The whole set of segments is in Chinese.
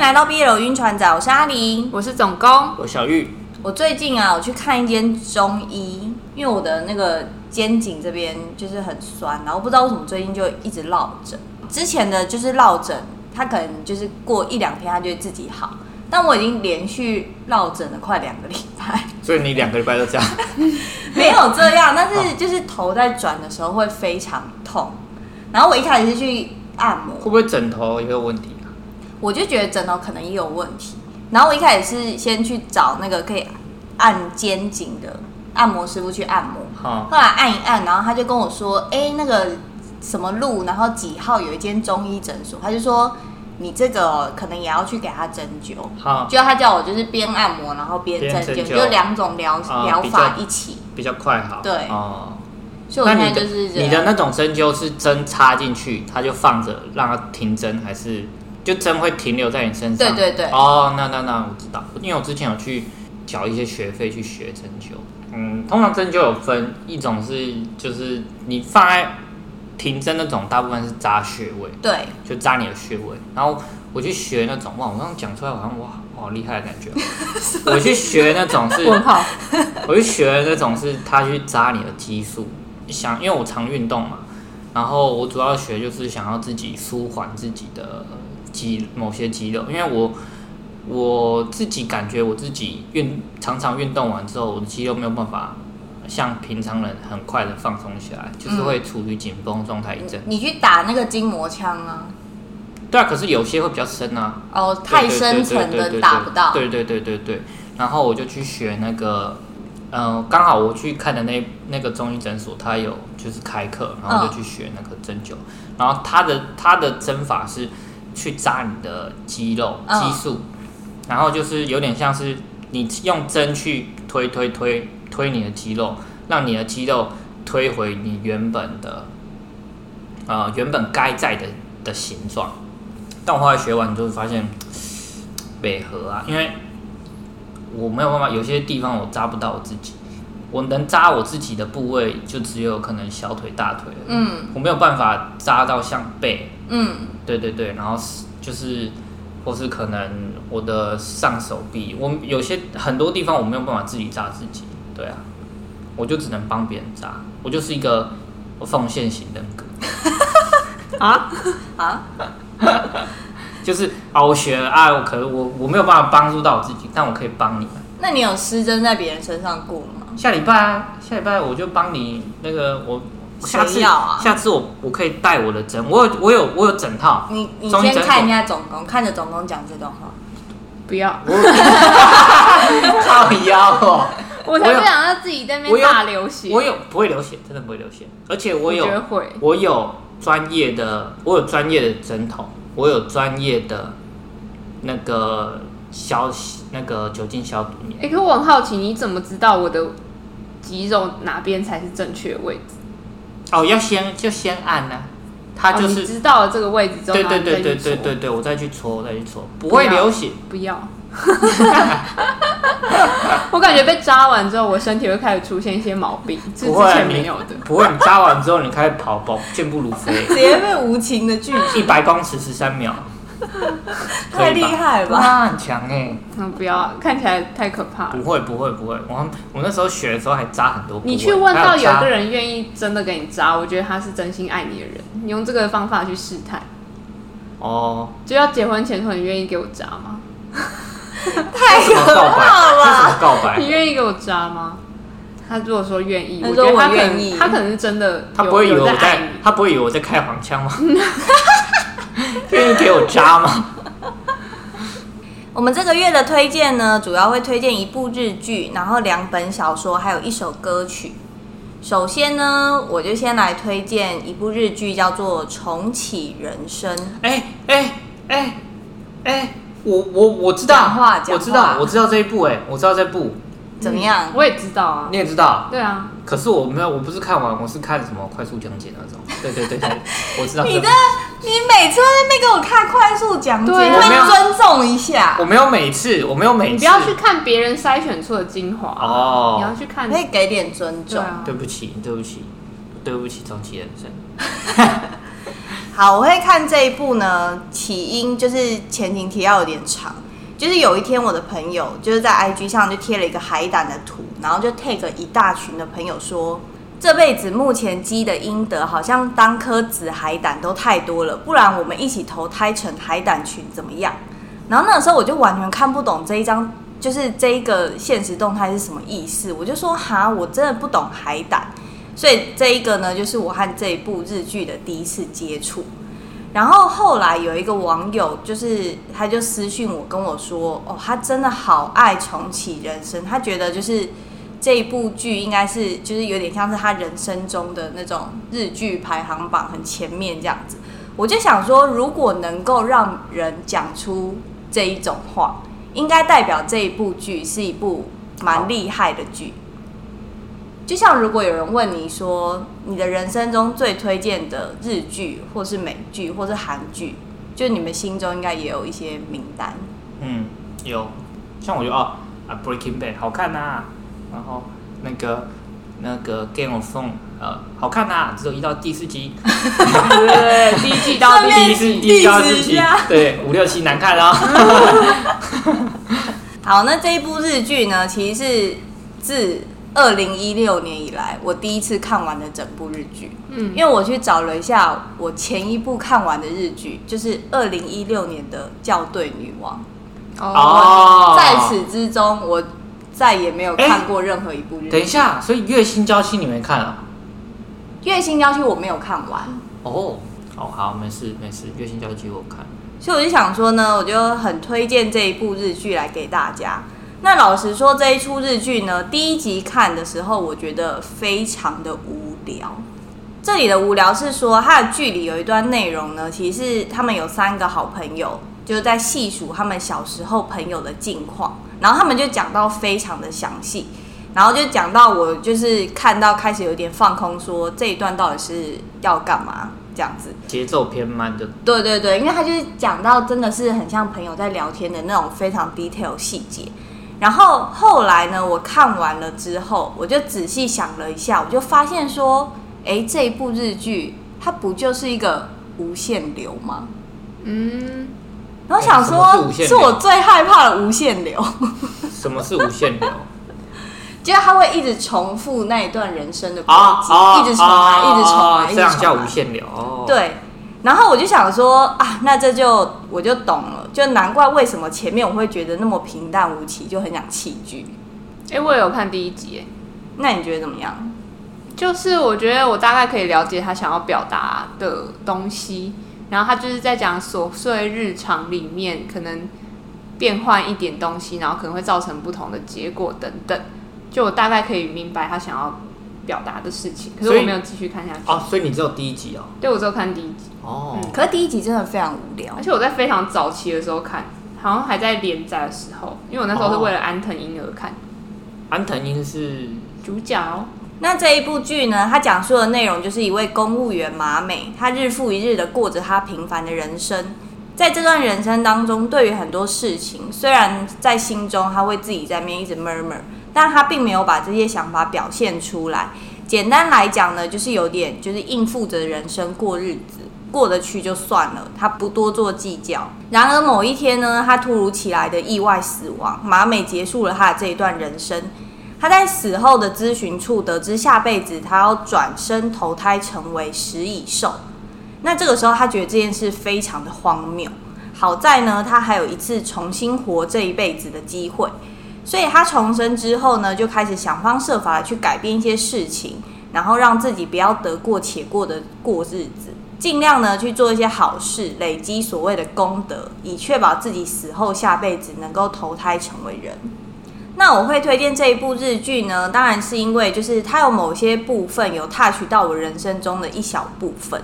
来到 BL 晕船仔，我是阿狸。我是总工，我小玉，我最近啊，我去看一间中医，因为我的那个肩颈这边就是很酸，然后不知道为什么最近就一直落枕。之前的就是落枕，它可能就是过一两天它就会自己好，但我已经连续落枕了快两个礼拜， 所以你两个礼拜都这样，没有这样，但是就是头在转的时候会非常痛。然后我一开始是去按摩，会不会枕头也有问题啊？我就觉得枕头可能也有问题。然后我一开始是先去找那个可以按肩颈的按摩师傅去按摩，哈、后来按一按，然后他就跟我说：“哎、那个什么路，然后几号有一间中医诊所。”他就说：“你这个哦、可能也要去给他针灸。”哈、就他叫我就是边按摩，然后边啊边针针灸，灸就两种疗啊疗比法较一起。比较快好。对哦，所以我现那在你的就是你的那种针灸是针插进去，它就放着让它停针，还是就针会停留在你身上？对对对哦，那那那我知道，因为我之前有去缴一些学费去学针灸。嗯，通常针灸有分一种是就是你放在停针那种，大部分是扎穴位。对，就扎你的穴位。然后我去学那种，哇，我刚刚讲出来好像哇，我好厉害的感觉哦。我去学那种是，问号，我去学那种是他去扎你的激素，想因为我常运动嘛，然后我主要学就是想要自己舒缓自己的肌某些肌肉，因为我。我自己感觉我自己运常常运动完之后，我的肌肉没有办法像平常人很快的放松下来，就是会处于紧绷状态一阵。你去打那个筋膜枪啊，对啊，可是有些会比较深啊，哦，太深层对对对对的对打不到。对对对对对。然后我就去学那个，嗯，刚好我去看的那那个中医诊所，他有就是开课，然后我就去学那个针灸。然后他的他的针法是去扎你的肌肉嗯激素，然后就是有点像是你用针去推推推推你的肌肉，让你的肌肉推回你原本的呃原本该在的的形状。但我后来学完之后发现，违和啊，因为我没有办法，有些地方我扎不到我自己，我能扎我自己的部位就只有可能小腿、大腿而已，嗯我没有办法扎到像背，嗯，对对对，然后是就是或是可能我的上手臂，我有些很多地方我没有办法自己扎自己，对啊，我就只能帮别人扎，我就是一个奉献型人格。啊，就是啊，我学了啊，我可能我我没有办法帮助到我自己，但我可以帮你们。那你有施针在别人身上过吗？下礼拜啊，下礼拜我就帮你那个我下次谁要啊下次我我可以带我的针，我有我有我有整套，你你中医先诊所看一下总工，看着总工讲这段话。不要， 靠腰哦，我才不想要自己在那我边有大流血，我有不会流血，真的不会流血，而且我我有觉得会，我有专业的，我有专业的针筒，我有专业的那个消那个酒精消毒棉，哎、可我很好奇，你怎么知道我的肌肉哪边才是正确的位置？哦，要先就先按呢、它就哦是、你知道了这个位置之后，对然后对你对对再去对搓对，对，我再去搓，我再去搓，不会流血。不 要。我感觉被扎完之后，我身体会开始出现一些毛 病，是不之会啊前你没有的。不会，你扎完之后你开始跑跑，健步如飞，直接被无情的拒绝，一百公尺十三秒，太厉害了吧？哇，很强哎！嗯，不要，看起来太可怕不了。会不会不会，我我那时候学的时候还扎很多部位。你去问到有一还个扎，人愿意真的给你扎，我觉得他是真心爱你的人。你用这个方法去试探，哦，就要结婚前说你愿意给我扎吗？太这什么可告怕白？这什了吧！么告白你？愿意给我扎吗？他如果说愿意，他我说觉得我他可愿意能他可能是真的有，他不会以为有我爱在，你。他不会以为我在开黄腔吗？ 愿意给我扎吗？我们这个月的推荐呢，主要会推荐一部日剧，然后两本小说，还有一首歌曲。首先呢，我就先来推荐一部日剧，叫做《重启人生》。哎哎哎哎，我我我知道讲话，讲话我知道，我知道这一步，哎，我知道这一步，怎么样？我也知道啊你，也知道。对啊，可是我没有，我不是看完，我是看什么快速讲解那种。对对对对，我知道。你知的道你每次都在那边给我看快速讲解，对你啊会尊重一下我，没有每次，我没有每次。你不要去看别人筛选出的精华啊，你要哦。去看可。以给点尊对重。啊，对不起，对不起，对不起，重启人生。好，我会看这一部呢，起因就是前情提要有点长，就是有一天我的朋友就是在 IG 上就贴了一个海胆的图，然后就 take 一大群的朋友说，这辈子目前积的阴德好像当颗子海胆都太多了，不然我们一起投胎成海胆群怎么样？然后那个时候我就完全看不懂这一张，就是这一个现实动态是什么意思，我就说哈，我真的不懂海胆。所以这一个呢，就是我和这一部日剧的第一次接触。然后后来有一个网友，就是他就私讯我跟我说，哦，他真的好爱重启人生，他觉得就是这一部剧应该是就是有点像是他人生中的那种日剧排行榜很前面这样子。我就想说，如果能够让人讲出这一种话，应该代表这一部剧是一部蛮厉害的剧。就像如果有人问你说你的人生中最推荐的日剧，或是美剧，或是韩剧，就你们心中应该也有一些名单。嗯，有，像我就哦啊，Breaking Bad 好看呐、然后那个那个 Game of Thrones 呃好看呐、只有一到第四集，对对对，第一季到第顺便第一次第一到第四第四集集啊，对五六七难看啊、好，那这一部日剧呢，其实是自二零一六年以来我第一次看完的整部日剧。嗯因为我去找了一下我前一部看完的日剧，就是二零一六年的《校对女王》哦，哦，在此之中，我再也没有看过任何一部日剧。等一下，所以月薪娇妻你没看啊？月薪娇妻我没有看完，哦，哦好，没事没事，月薪娇妻我看，所以我就想说呢，我就很推荐这一部日剧来给大家。那老实说，这一出日剧呢，第一集看的时候，我觉得非常的无聊。这里的无聊是说，它的剧里有一段内容呢，其实是他们有三个好朋友，就是在细数他们小时候朋友的近况，然后他们就讲到非常的详细，然后就讲到我就是看到开始有点放空说这一段到底是要干嘛这样子。节奏偏慢就对对对，因为他就是讲到真的是很像朋友在聊天的那种非常 detail 细节。然后后来呢，我看完了之后，我就仔细想了一下，我就发现说，哎，这一部日剧它不就是一个无限流吗？嗯，然后想什么是说无，限流是我最害怕的无限流，什么是无限流？就是它会一直重复那一段人生的轨迹，啊啊，一直重来，一直重啊来，一直这重来，样叫无限流哦。，对，然后我就想说啊，那这就我就懂了，就难怪为什么前面我会觉得那么平淡无奇，就很想弃剧。哎，我也有看第一集，哎，那你觉得怎么样？就是我觉得我大概可以了解他想要表达的东西，然后他就是在讲琐碎日常里面可能变换一点东西，然后可能会造成不同的结果等等。就我大概可以明白他想要表达的事情，可是所以我没有继续看下去。哦，所以你只有第一集哦。对，我只有看第一集，哦，可是第一集真的非常无聊而，且我在非常早期的时候看，好像还在连载的时候，因为我那时候是为了安藤婴儿看。安藤英是主角哦那这一部剧呢，它讲述的内容就是一位公务员马美，她日复一日的过着她平凡的人生。在这段人生当中，对于很多事情，虽然在心中她会自己在面一直 murmur，但她并没有把这些想法表现出来。简单来讲呢，就是有点就是应付着人生过日子，过得去就算了，她不多做计较。然而某一天呢，她突如其来的意外死亡，马美结束了她的这一段人生，他在死后的咨询处得知，下辈子他要转身投胎成为食蚁兽。那这个时候，他觉得这件事非常的荒谬。好在呢，他还有一次重新活这一辈子的机会，所以他重生之后呢，就开始想方设法地去改变一些事情，然后让自己不要得过且过的过日子，尽量呢去做一些好事，累积所谓的功德，以确保自己死后下辈子能够投胎成为人。那我会推荐这一部日剧呢，当然是因为就是它有某些部分有 touch 到我人生中的一小部分，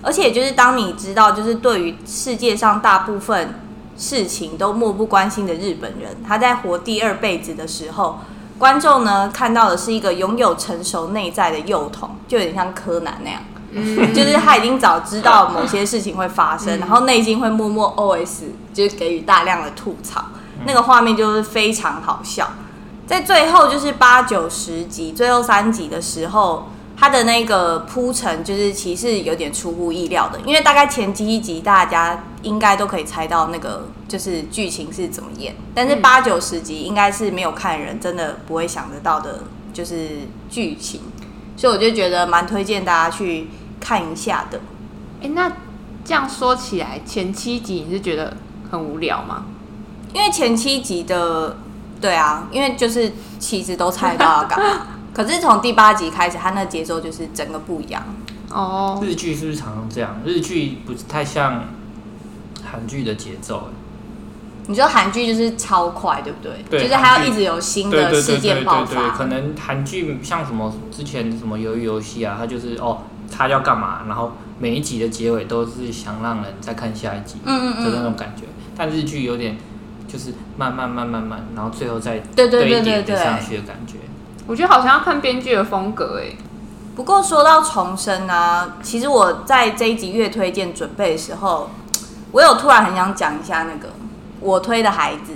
而且就是当你知道就是对于世界上大部分事情都漠不关心的日本人，他在活第二辈子的时候，观众呢看到的是一个拥有成熟内在的幼童，就有点像柯南那样。嗯就是他已经早知道某些事情会发生，然后内心会默默 OS，就是给予大量的吐槽，那个画面就是非常好笑。在最后就是八九十集，最后三集的时候，它的那个铺陈就是其实有点出乎意料的，因为大概前几集大家应该都可以猜到那个就是剧情是怎么演，但是嗯八九十集应该是没有看的人真的不会想得到的，就是剧情，所以我就觉得蛮推荐大家去看一下的。哎、那这样说起来，前七集你是觉得很无聊吗？因为前七集的，对啊，因为就是其实都猜到要干 嘛，可是从第八集开始，它那节奏就是整个不一样。哦，日剧是不是常常这样？日剧不是太像韩剧的节奏，你说韩剧就是超快，对不对？对就是它韩要剧一直有新对的对事对对件爆对对，可发。能韩剧像什么之前什么鱿鱼游戏啊，它就是哦，它要干嘛，然后每一集的结尾都是想让人再看下一集的嗯嗯那嗯，种感觉。但日剧有点就是慢慢慢慢慢，然后最后再对对对堆叠对叠对。上去的感觉。我觉得好像要看编剧的风格哎、不过说到重生啊，其实我在这一集月推荐准备的时候，我有突然很想讲一下那个我推的孩子，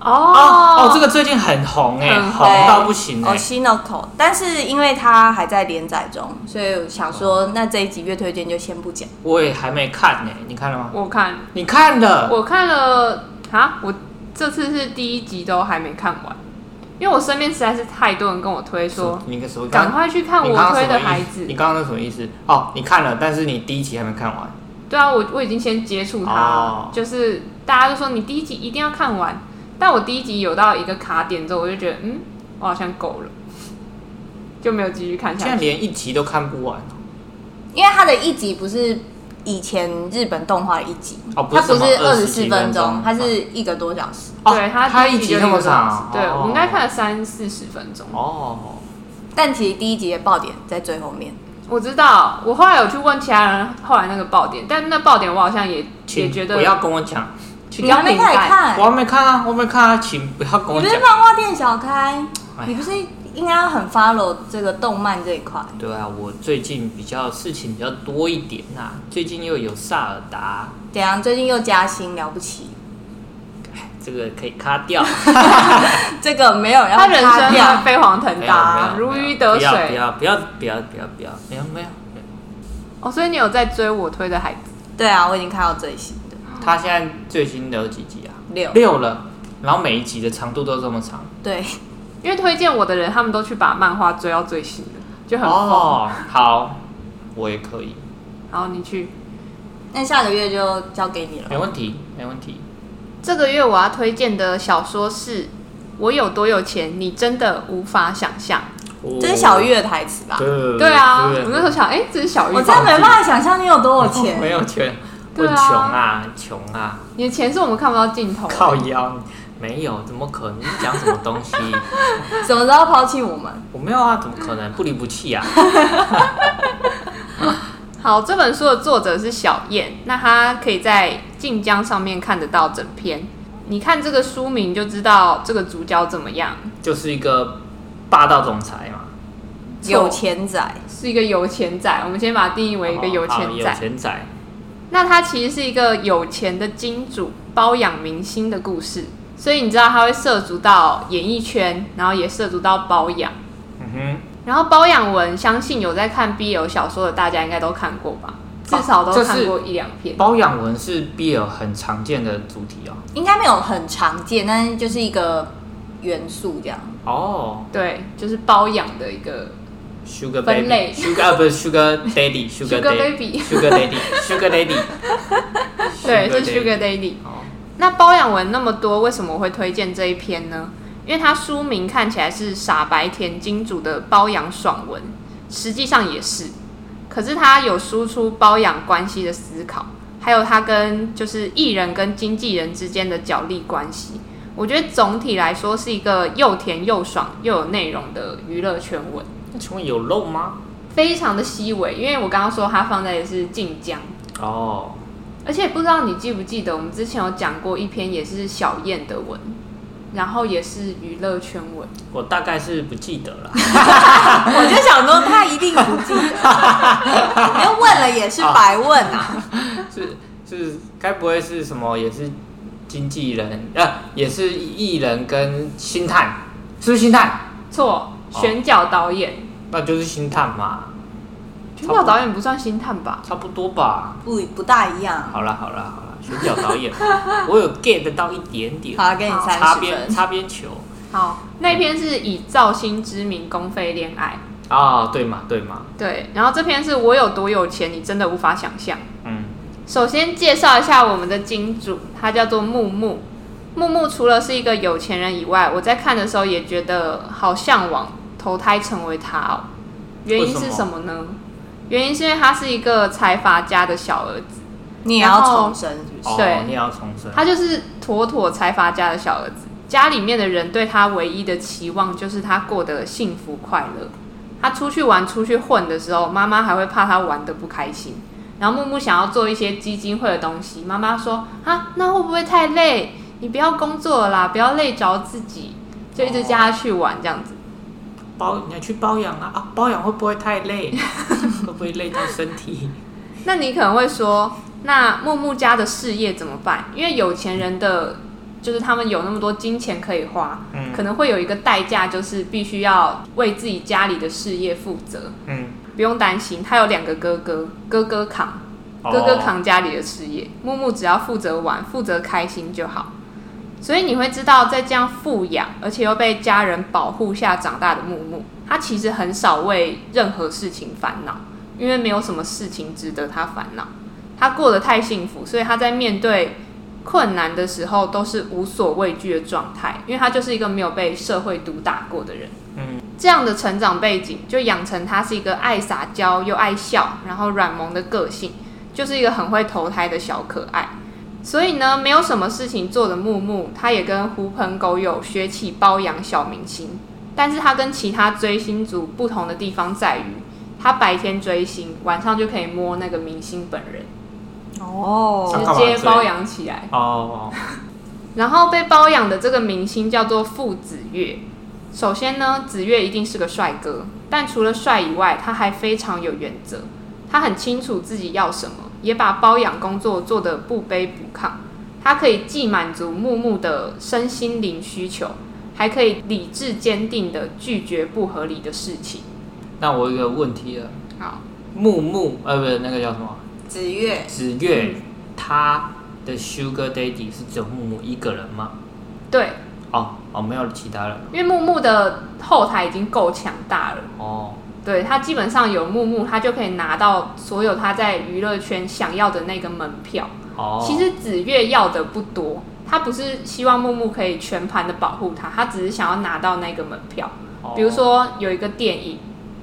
哦哦哦，这个最近很红哎、很红红到不行哦哎、 ，Shinoko，但是因为它还在连载中，所以我想说那这一集月推荐就先不讲。我也还没看呢、你看了吗？我看你看了？我看了啊，我这次是第一集都还没看完，因为我身边实在是太多人跟我推说，你个什么？赶快去看你我刚刚推什么的意孩思子你。刚刚那什么意思？哦，你看了，但是你第一集还没看完。对啊，我我已经先接触它哦了，就是大家就说你第一集一定要看完，但我第一集有到一个卡点之后，我就觉得嗯，我好像够了，就没有继续看现下在去。连一集都看不完哦因为它的一集不是以前日本动画的一集，哦不是它不是什么二十四24分分钟钟，它是一个多小时。哦对它第一一集就那么一个多小时长对哦我应该看了三四十分钟。哦。但其实第一集的爆点在最后面，我知道，我后来有去问其他人，后来那个爆点，但那爆点我好像也也请觉得哎不要跟我讲，比你还较没敏开始感。看我，还没看啊，我还没看啊，请不要跟你不我讲是。漫画店小开哎呀，你不是应该要很 follow 这个动漫这一块？对啊，我最近比较事情比较多一点呐、最近又有萨尔达，怎样？最近又加薪了不起？这个可以卡 掉。这个没有人要他人擦生掉啊，飞黄腾没有达，没有如没有鱼得不水。要不要不要不要不要不要，没有没有。没有哦，所以你有在追我推的孩子？对啊，我已经看到最新的他现在最新的有几集啊？六，六了，然后每一集的长度都这么长。对，因为推荐我的人，他们都去把漫画追到最新的，就很疯。哦， 好，我也可以，然后你去那下个月就交给你了没。问题，没问题。这个月我要推荐的小说是《我有多有钱，你真的无法想象这是小玉的台词吧？哦对》。对啊，我那时候想，哎，这是小玉我吧，真的没办法想象你有多有钱。 没有钱，我对啊穷啊，穷啊，你的钱是我们看不到尽头的。 靠腰，没有，怎么可能？你讲什么东西？ 什么时候抛弃我们？我没有啊，怎么可能？不离不弃啊！ 好，这本书的作者是小燕，那她可以在晋江上面看得到整篇。你看这个书名就知道这个主角怎么样，就是一个霸道总裁嘛，错有钱仔，是一个有钱仔。我们先把它定义为一个有哦好钱有仔。钱仔，那他其实是一个有钱的金主，包养明星的故事。所以你知道他会涉足到演艺圈，然后也涉足到包养。嗯然后包养文，相信有在看 BL 小说的大家应该都看过吧，至少哦都这是看过一两篇哼，。包养文是 BL 很常见的主题哦。应该没有很常见，但是就是一个元素 这样。哦对，就是包养的一个，Sugar 分类 Baby，Sugar 不是 Sugar Daddy，Sugar Sugar Baby Daddy，Sugar Daddy，Sugar Daddy， 对，是 Daddy Sugar Daddy。哦那包养文那么多，为什么我会推荐这一篇呢？因为它书名看起来是傻白甜金主的包养爽文，实际上也是，可是它有输出包养关系的思考，还有它跟就是艺人跟经纪人之间的角力关系。我觉得总体来说是一个又甜又爽又有内容的娱乐圈文，那请问有肉吗？非常的稀微。因为我刚刚说它放在的是晋江，哦，而且不知道你记不记得，我们之前有讲过一篇也是小燕的文，然后也是娱乐圈文。我大概是不记得了。我就想说他一定不记得， 你要问了也是白问啊。是是，该不会是什么也是经纪人呃，也是艺人跟星探，是不是星探？错，选角导演，那就是星探嘛。全角导演不算星探吧？差不多吧。不不大一样。好啦好啦好啦，选角导演，我有 get 到一点点，好，给你三擦十边分。擦边球好，那篇是以造星之名公费恋爱，啊，对嘛对嘛，对，然后这篇是我有多有钱，你真的无法想象。嗯，首先介绍一下我们的金主，他叫做木木。木木除了是一个有钱人以外，我在看的时候也觉得好向往投胎成为他哦。原因是为什什么呢？原因是因为他是一个财阀家的小儿子，你也要重生是不是？哦对，你也要重生，他就是妥妥财阀家的小儿子。家里面的人对他唯一的期望就是他过得幸福快乐。他出去玩、出去混的时候，妈妈还会怕他玩的不开心。然后木木想要做一些基金会的东西，妈妈说：“啊，那会不会太累？你不要工作了啦，不要累着自己。”就一直叫他去玩这样子。包你要去包养啊啊，包养会不会太累？ 会不会累到身体？那你可能会说，那木木家的事业怎么办？因为有钱人的就是他们有那么多金钱可以花，嗯可能会有一个代价，就是必须要为自己家里的事业负责。嗯，不用担心，他有两个哥哥，哥哥扛， 哦哥哥扛家里的事业，木木只要负责玩，负责开心就好。所以你会知道，在这样富养而且又被家人保护下长大的木木，他其实很少为任何事情烦恼，因为没有什么事情值得他烦恼。他过得太幸福，所以他在面对困难的时候都是无所畏惧的状态，因为他就是一个没有被社会毒打过的人。嗯，这样的成长背景就养成他是一个爱撒娇又爱笑，然后软萌的个性，就是一个很会投胎的小可爱。所以呢，没有什么事情做的木木，他也跟狐朋狗友学起包养小明星。但是他跟其他追星族不同的地方在于，他白天追星，晚上就可以摸那个明星本人，哦上直接包养起来。哦，然后被包养的这个明星叫做傅子越。首先呢，子越一定是个帅哥，但除了帅以外，他还非常有原则。他很清楚自己要什么，也把包养工作做得不卑不亢。他可以既满足木木的身心灵需求，还可以理智坚定的拒绝不合理的事情。啊那我有一个问题了，好，木木呃不是那个叫什么子月子月，嗯他的 Sugar Daddy 是只有木木一个人吗？对，哦哦，没有其他人因为木木的后台已经够强大了。哦，对他基本上有木木，他就可以拿到所有他在娱乐圈想要的那个门票。哦，其实子月要的不多，他不是希望木木可以全盘的保护他，他只是想要拿到那个门票。哦比如说有一个电影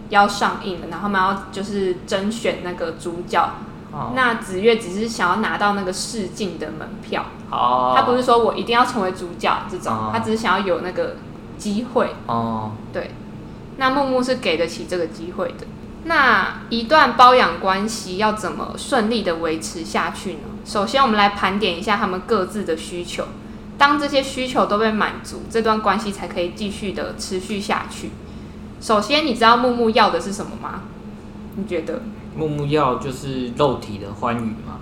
要上映了，然后他们要就是甄选那个主角，哦那子月只是想要拿到那个试镜的门票，哦，他不是说我一定要成为主角这种哦，他只是想要有那个机会。哦，对，那木木是给得起这个机会的。那一段包养关系要怎么顺利的维持下去呢？首先，我们来盘点一下他们各自的需求。当这些需求都被满足，这段关系才可以继续的持续下去。首先，你知道木木要的是什么吗？你觉得？木木要就是肉体的欢愉嘛，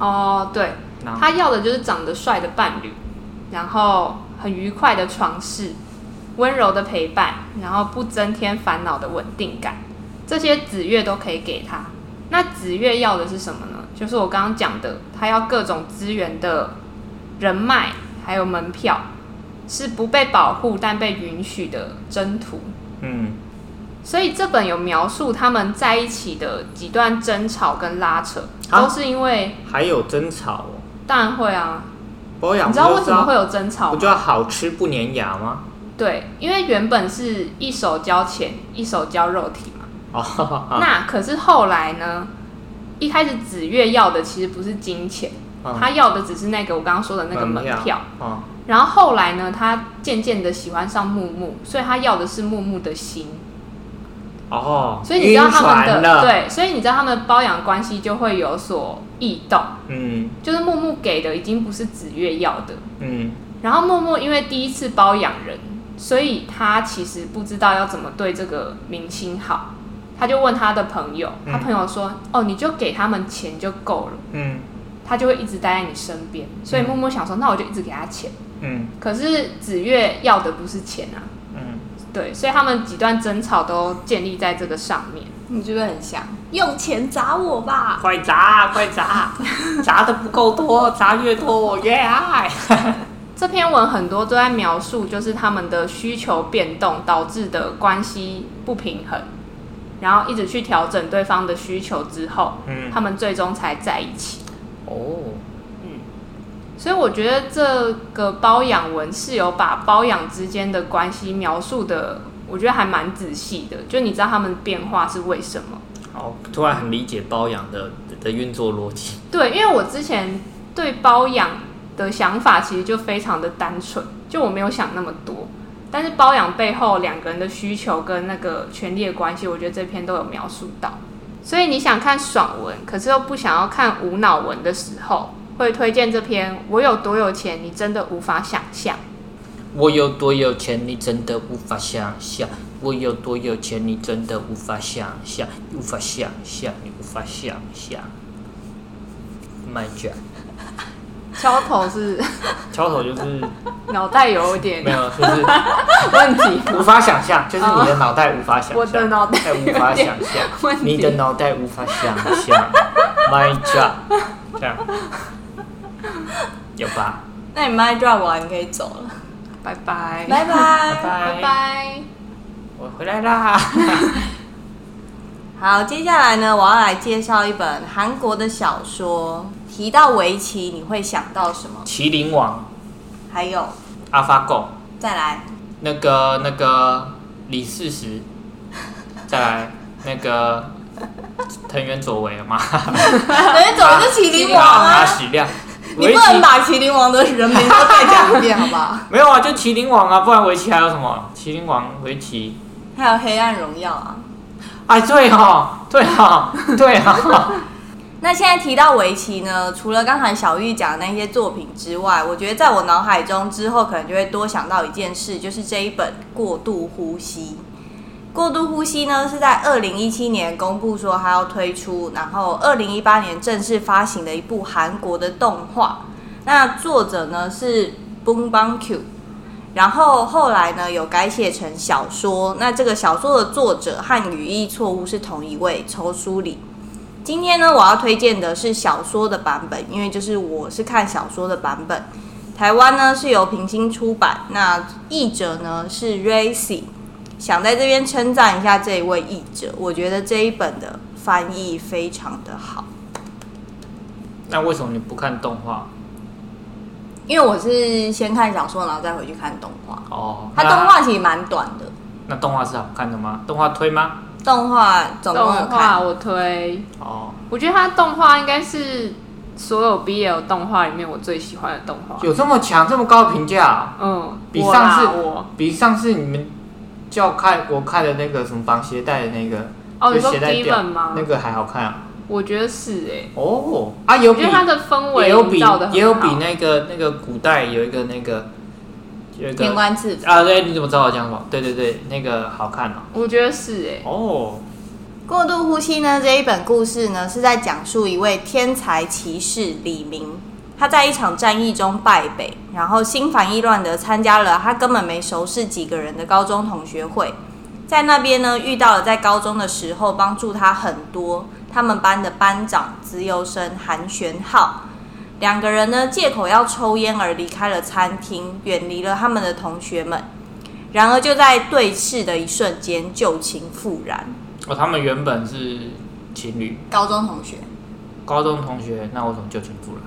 哦，对，然后他要的就是长得帅的伴侣，然后很愉快的床事，温柔的陪伴，然后不增添烦恼的稳定感，这些子月都可以给他。那子月要的是什么呢？就是我刚刚讲的，他要各种资源的人脉，还有门票，是不被保护但被允许的征途。嗯所以这本有描述他们在一起的几段争吵跟拉扯，啊都是因为还有争吵哦，当然会啊，包养你知道为什么不会有争吵不吗？就要好吃不粘牙吗？对，因为原本是一手交钱，一手交肉体嘛。哦，啊那可是后来呢？一开始子月要的其实不是金钱，嗯他要的只是那个我刚刚说的那个门门票。哦然后后来呢，他渐渐的喜欢上木木，所以他要的是木木的心。哦，所以你知道他们晕船的了，对，所以你知道他们的包养关系就会有所异动，嗯就是木木给的已经不是子月要的，嗯然后默默因为第一次包养人，所以他其实不知道要怎么对这个明星好，他就问他的朋友，嗯他朋友说：“哦，你就给他们钱就够了，嗯他就会一直待在你身边。”所以默默想说：“那我就一直给他钱。嗯”可是子月要的不是钱啊，嗯，对，所以他们几段争吵都建立在这个上面。你是不是很想？用钱砸我吧！快砸，快 砸，砸的不够多，砸越多我越爱。这篇文很多都在描述，就是他们的需求变动导致的关系不平衡，然后一直去调整对方的需求之后，嗯，他们最终才在一起。哦，所以我觉得这个包养文是有把包养之间的关系描述的，我觉得还蛮仔细的，就你知道他们变化是为什么。好，突然很理解包养的的运作逻辑。对，因为我之前对包养的想法其实就非常的单纯，就我没有想那么多。但是包养背后两个人的需求跟那个权利的关系，我觉得这篇都有描述到。所以你想看爽文，可是又不想要看无脑文的时候，会推荐这篇《我有多有钱，你真的无法想象》。我有多有钱，你真的无法想象；我有多有钱，你真的无法想象，无法想象，你无法想象。My God，敲头是 敲头就是脑袋有一点 没有，就是问题，无法想象，就是你的脑袋无法想象，我的脑袋无法想象，问你的脑袋无法想象。My God，这样有吧？那你麦赚完你可以走了，拜拜，拜拜。拜拜拜，拜。我回来啦。好，接下来呢，我要来介绍一本韩国的小说。提到围棋，你会想到什么？麒麟王还有， AlphaGo，再来，那个那个李世石，再来那个藤原佐为嘛，人总是麒麟王阿啊！喜亮，你不能把麒麟王的人名都再讲一遍，好不好？没有啊，就麒麟王啊，不然围棋还有什么？麒麟王围棋，还有《黑暗荣耀》啊。哎，对哦，对 哦，对哦，那现在提到围棋呢，除了刚才小玉讲的那些作品之外，我觉得在我脑海中之后，可能就会多想到一件事，就是这一本《过度呼吸》。《过度呼吸》呢是在二零一七年公布说它要推出，然后二零一八年正式发行的一部韩国的动画。那作者呢是 Boom Bang Q，然后后来呢有改写成小说。那这个小说的作者和语义错误是同一位仇书里。今天呢，我要推荐的是小说的版本，因为就是我是看小说的版本。台湾呢是由平心出版，那译者呢是 Racy。想在这边称赞一下这一位译者，我觉得这一本的翻译非常的好，那为什么你不看动画？因为我是先看小说，然后再回去看动画。哦，它啊动画其实蛮短的，那那动画是好看的吗？动画推吗？动画总共有动画看我推，哦，我觉得它动画应该是所有 BL 动画里面我最喜欢的动画。有这么强，这么高的评价啊、嗯，比我啦上次我比上次你们叫看我看的那个什么绑鞋带的那个，哦，你就说鞋带 Demon 掉吗那？个还好看啊。我觉得是哎，哦，啊有我比觉得它的氛围也有比营造的也有比那个那个古代有一个那个有一《天个官赐啊，对，你怎么知道我讲什么？对对对，那个好看哦。我觉得是哎，哦，过度呼吸呢这一本故事呢，是在讲述一位天才骑士李明，他在一场战役中败北，然后心烦意乱的参加了他根本没熟识几个人的高中同学会，在那边呢遇到了在高中的时候帮助他很多他们班的班长资优生韩玄浩。两个人呢，借口要抽烟而离开了餐厅，远离了他们的同学们。然而，就在对视的一瞬间，旧情复燃。哦，他们原本是情侣，高中同学，高中同学，那为什么旧情复燃？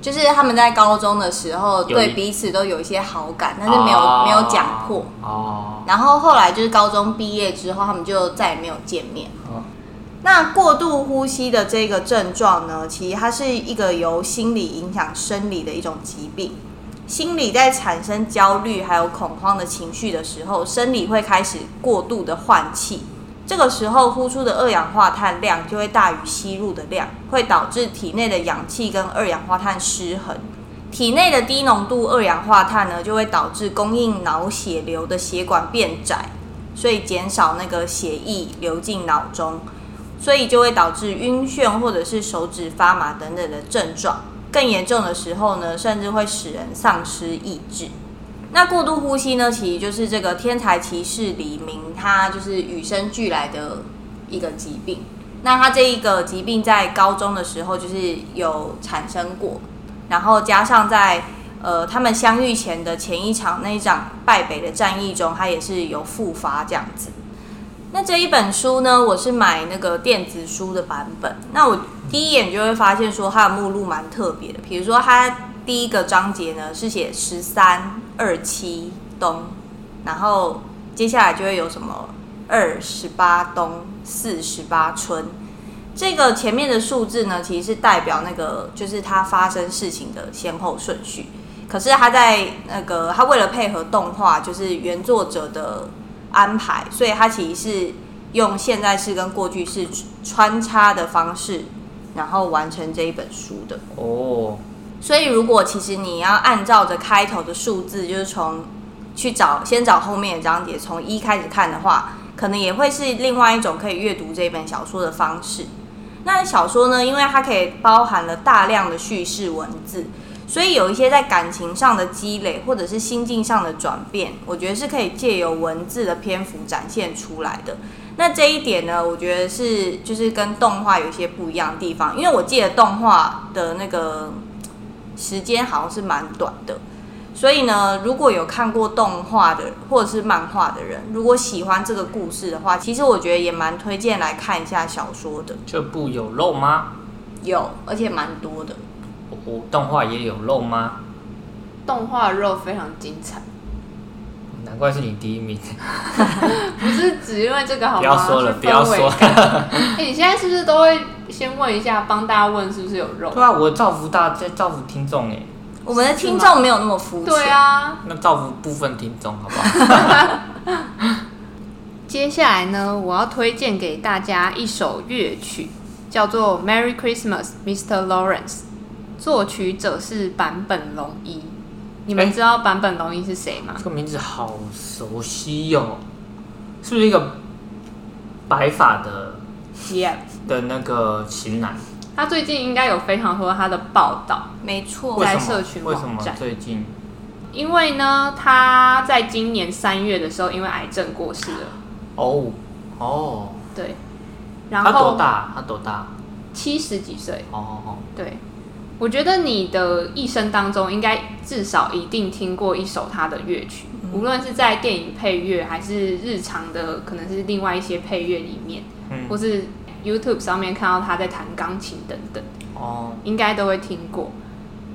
就是他们在高中的时候有一对彼此都有一些好感，但是没有、哦没有讲破。哦。然后后来就是高中毕业之后，他们就再也没有见面。哦那过度呼吸的这个症状呢，其实它是一个由心理影响生理的一种疾病。心理在产生焦虑还有恐慌的情绪的时候，生理会开始过度的换气，这个时候呼出的二氧化碳量就会大于吸入的量，会导致体内的氧气跟二氧化碳失衡。体内的低浓度二氧化碳呢，就会导致供应脑血流的血管变窄，所以减少那个血液流进脑中，所以就会导致晕眩或者是手指发麻等等的症状。更严重的时候呢，甚至会使人丧失意志。那过度呼吸呢，其实就是这个天才骑士李明他就是与生俱来的一个疾病。那他这一个疾病在高中的时候就是有产生过，然后加上在呃他们相遇前的前一场那一场败北的战役中，他也是有复发这样子。那这一本书呢，我是买那个电子书的版本。那我第一眼就会发现说它的目录蛮特别的，比如说它第一个章节呢是写十三二七东，然后接下来就会有什么二十八冬、四十八春。这个前面的数字呢，其实是代表那个就是它发生事情的先后顺序。可是它在那个它为了配合动画，就是原作者的安排，所以它其实是用现在式跟过去式穿插的方式，然后完成这一本书的。哦，所以如果其实你要按照着开头的数字，就是从去找先找后面的章节，从一开始看的话，可能也会是另外一种可以阅读这本小说的方式。那小说呢，因为它可以包含了大量的叙事文字，所以有一些在感情上的积累，或者是心境上的转变，我觉得是可以借由文字的篇幅展现出来的。那这一点呢，我觉得是就是跟动画有一些不一样的地方，因为我记得动画的那个时间好像是蛮短的，所以呢，如果有看过动画的或者是漫画的人，如果喜欢这个故事的话，其实我觉得也蛮推荐来看一下小说的，这部有肉吗？有，而且蛮多的。哦，动画也有肉吗？动画肉非常精彩，难怪是你第一名。 不是只因为这个好吗？不要说了，是氛围 不 要说感。哎、你现在是不是都会先问一下，帮大家问是不是有肉？对啊，我造福大在造福听众哎，我们的听众没有那么肤浅，对啊。那造福部分听众好不好？ 接下来呢，我要推荐给大家一首乐曲，叫做《Merry Christmas, Mr. Lawrence》，作曲者是坂本龙一。你们哎知道坂本龙一是谁吗？这个名字好熟悉哟、是不是一个白发的 y 的那个型男？他最近应该有非常多他的报道，没错为。什在么？社群为什网么站最近？因为呢，他在今年三月的时候因为癌症过世了。哦哦，对，然他多后大？他多大？七十几岁，哦哦哦，对，我觉得你的一生当中应该至少一定听过一首他的乐曲，无论是在电影配乐，还是日常的可能是另外一些配乐里面，嗯或是 YouTube 上面看到他在弹钢琴等等，哦，应该都会听过。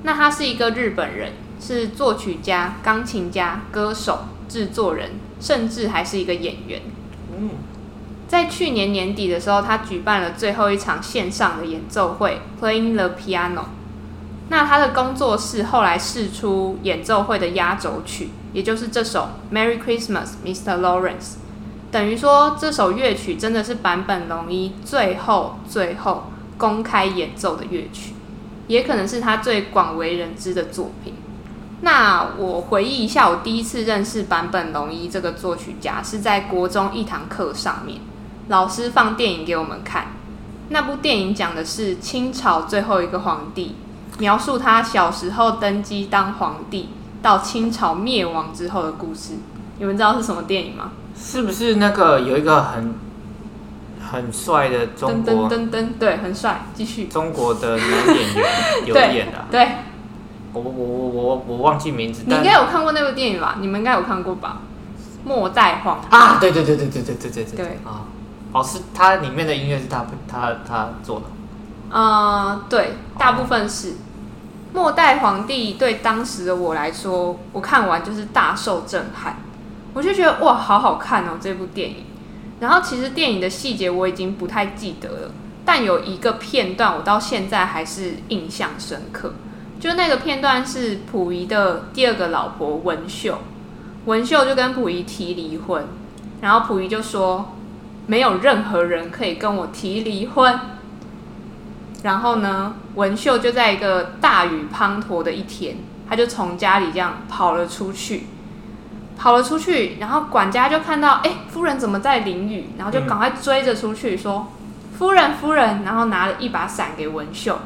那他是一个日本人，是作曲家、钢琴家、歌手、制作人，甚至还是一个演员。嗯，在去年年底的时候，他举办了最后一场线上的演奏会，Playing the Piano。那他的工作室后来试出演奏会的压轴曲，也就是这首《Merry Christmas, Mr. Lawrence》。等于说，这首乐曲真的是坂本龙一最后最后公开演奏的乐曲，也可能是他最广为人知的作品。那我回忆一下，我第一次认识坂本龙一这个作曲家是在国中一堂课上面，老师放电影给我们看。那部电影讲的是清朝最后一个皇帝，描述他小时候登基当皇帝到清朝灭亡之后的故事。你们知道是什么电影吗？是不是那个有一个很很帅的中噔国噔噔噔，对，很帅。继续，中国的男演员有演的啊、对，我我我我我忘记名字，你应但该有看过那部电影吧？你们应该有看过吧？末代皇帝啊，对对对对对对对对对啊，哦，是他里面的音乐是他他他做的，啊、对，大部分是《末代皇帝》。对当时的我来说，我看完就是大受震撼，我就觉得哇，好好看哦这部电影。然后其实电影的细节我已经不太记得了，但有一个片段我到现在还是印象深刻。就那个片段是溥仪的第二个老婆文秀，文秀就跟溥仪提离婚，然后溥仪就说没有任何人可以跟我提离婚。然后呢，文秀就在一个大雨滂沱的一天，他就从家里这样跑了出去，跑了出去，然后管家就看到，哎，夫人怎么在淋雨？然后就赶快追着出去说，夫人，夫人，然后拿了一把伞给文秀，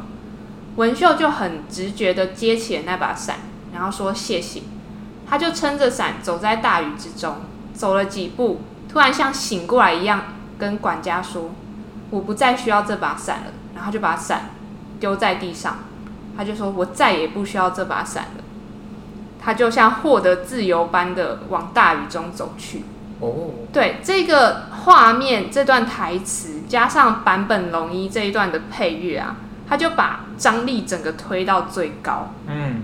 文秀就很直觉的接起了那把伞，然后说谢谢，他就撑着伞走在大雨之中，走了几步，突然像醒过来一样，跟管家说，我不再需要这把伞了，然后就把伞丢在地上，他就说我再也不需要这把伞了，他就像获得自由般的往大雨中走去。哦，对这个画面、这段台词加上坂本龙一这一段的配乐啊，他就把张力整个推到最高。嗯，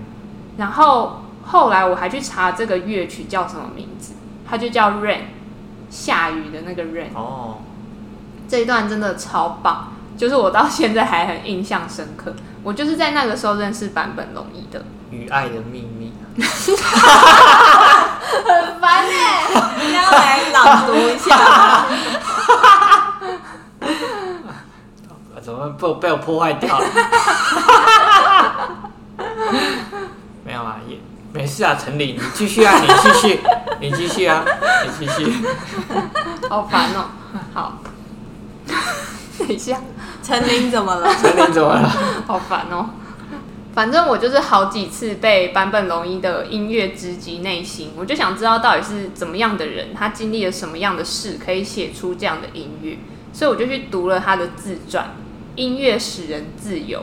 然后后来我还去查这个乐曲叫什么名字，它就叫《Rain》，下雨的那个 Rain。哦，这一段真的超棒，就是我到现在还很印象深刻。我就是在那个时候认识坂本龙一的，与爱的秘密，很烦哎、你要来朗读一下，啊怎么被我被我破坏掉了？ 没有啊，也没事啊，陈理，你继续啊，你继续，你继续啊，你继续。好烦哦。好， 等一下。 陈琳怎么了？ 陈理怎么了？ 好烦哦。反正我就是好几次被坂本龙一的音乐直击内心，我就想知道到底是怎么样的人，他经历了什么样的事，可以写出这样的音乐。所以我就去读了他的自传《音乐使人自由》，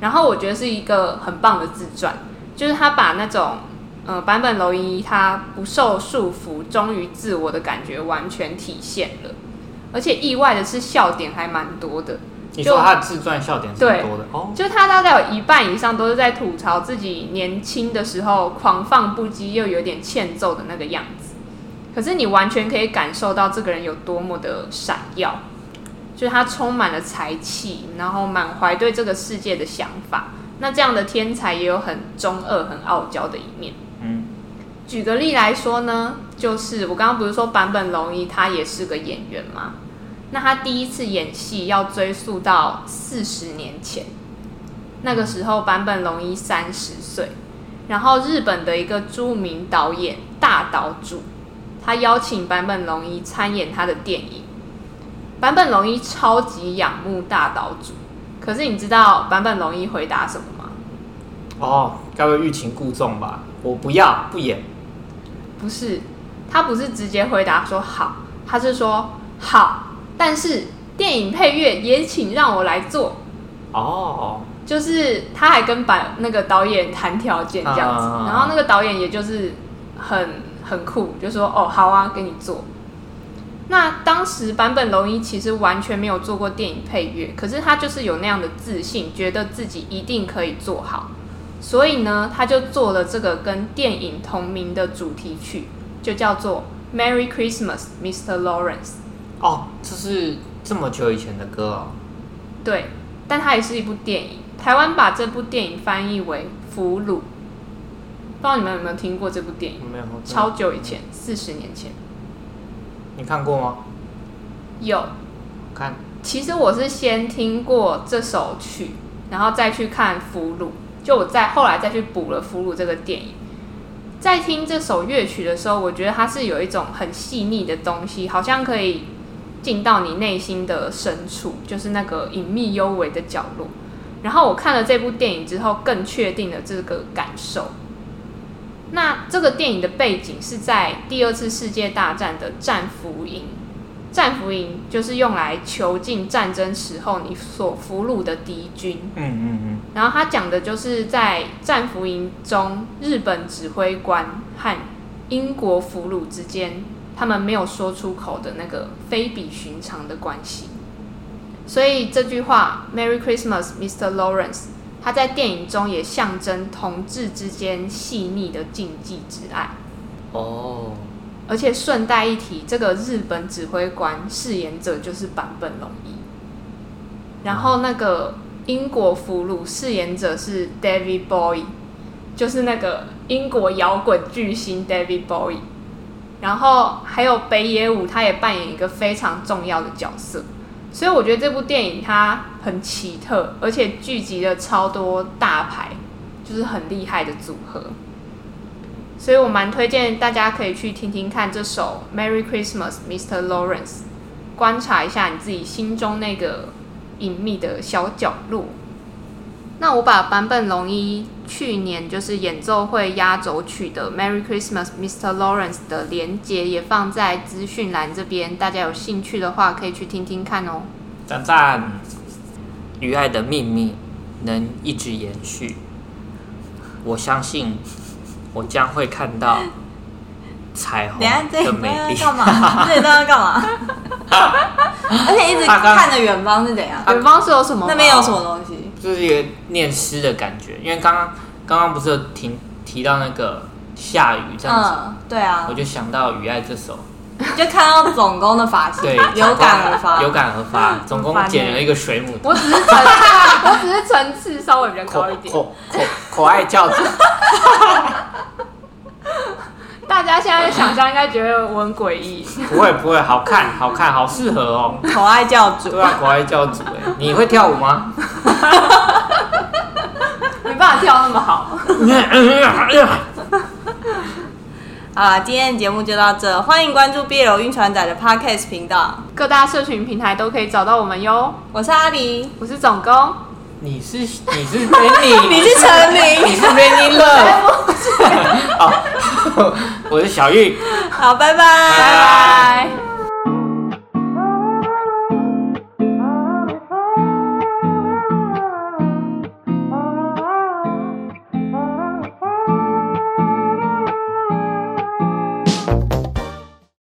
然后我觉得是一个很棒的自传，就是他把那种呃坂本龙一他不受束缚、忠于自我的感觉完全体现了，而且意外的是笑点还蛮多的。你说他的自传笑点是对多的哦，就他大概有一半以上都是在吐槽自己年轻的时候狂放不羁又有点欠揍的那个样子，可是你完全可以感受到这个人有多么的闪耀，就是他充满了才气，然后满怀对这个世界的想法。那这样的天才也有很中二、很傲娇的一面。嗯，举个例来说呢，就是我刚刚不是说坂本龙一他也是个演员吗？那他第一次演戏要追溯到四十年前，那个时候坂本龙一三十岁，然后日本的一个著名导演大岛渚，他邀请坂本龙一参演他的电影。坂本龙一超级仰慕大岛渚，可是你知道坂本龙一回答什么吗？哦，该不会欲擒故纵吧？我不要，不演。不是，他不是直接回答说好，他是说好，但是电影配乐也请让我来做，哦，就是他还跟版那个导演谈条件这样子，啊然后那个导演也就是很很酷，就说哦好啊，给你做。那当时坂本龙一其实完全没有做过电影配乐，可是他就是有那样的自信，觉得自己一定可以做好，所以呢，他就做了这个跟电影同名的主题曲，就叫做《Merry Christmas, Mr. Lawrence》。哦，这是这么久以前的歌哦。对，但它也是一部电影。台湾把这部电影翻译为《俘虏》，不知道你们有没有听过这部电影？没有，超久以前，四十年前你看过吗？有。看，其实我是先听过这首曲，然后再去看《俘虏》，就我再后来再去补了《俘虏》这个电影。在听这首乐曲的时候，我觉得它是有一种很细腻的东西，好像可以进到你内心的深处，就是那个隐秘幽微的角落。然后我看了这部电影之后，更确定了这个感受。那这个电影的背景是在第二次世界大战的战俘营，战俘营就是用来囚禁战争时候你所俘虏的敌军。嗯嗯然后他讲的就是在战俘营中，日本指挥官和英国俘虏之间，他们没有说出口的那个非比寻常的关系。所以这句话 “Merry Christmas, Mr. Lawrence”，它在电影中也象征同志之间细腻的禁忌之爱。嗯，哦，而且顺带一提，这个日本指挥官饰演者就是坂本龙一，然后那个英国俘虏饰演者是 David Bowie，就是那个英国摇滚巨星 David Bowie。然后还有北野武，他也扮演一个非常重要的角色，所以我觉得这部电影它很奇特，而且聚集了超多大牌，就是很厉害的组合。所以我蛮推荐大家可以去听听看这首《Merry Christmas, Mr. Lawrence》，观察一下你自己心中那个隐秘的小角落。那我把坂本龙一去年就是演奏会压轴曲的《Merry Christmas, Mr. Lawrence》的连接也放在资讯栏这边，大家有兴趣的话可以去听听看哦。赞赞。与爱的秘密能一直延续，我相信我将会看到彩虹 等一下这一的段美要丽。干 嘛？ 这一段要干嘛？而且一直他刚看着远方是怎样？远方是有什么？那边有什？么东西？就是一个念诗的感觉，因为刚刚刚刚不是有提提到那个下雨这样子，嗯，对啊我，就想到《雨爱》这 首，就看到总工的发型，对，有感而发。有感而发，总共很烦欸剪了一个水母头， 我只是层 次，我只是层次稍微比较口高一 点。口口口爱教子，大家现在想象应该觉得我很诡异，不会不会，好看好看，好适合哦， 口爱教主， 对啊，口爱教主哎，你会跳舞吗？ 没办法跳那么好。好啦，今天的节目就到这，欢迎关注 BL 晕船仔的 Podcast 频道，各大社群平台都可以找到我们哟。我是阿狸，我是总工，你是你是 Benny， 你是哎陈你明，是 Benny Love，哦，我是小玉。 好，拜拜，拜拜拜。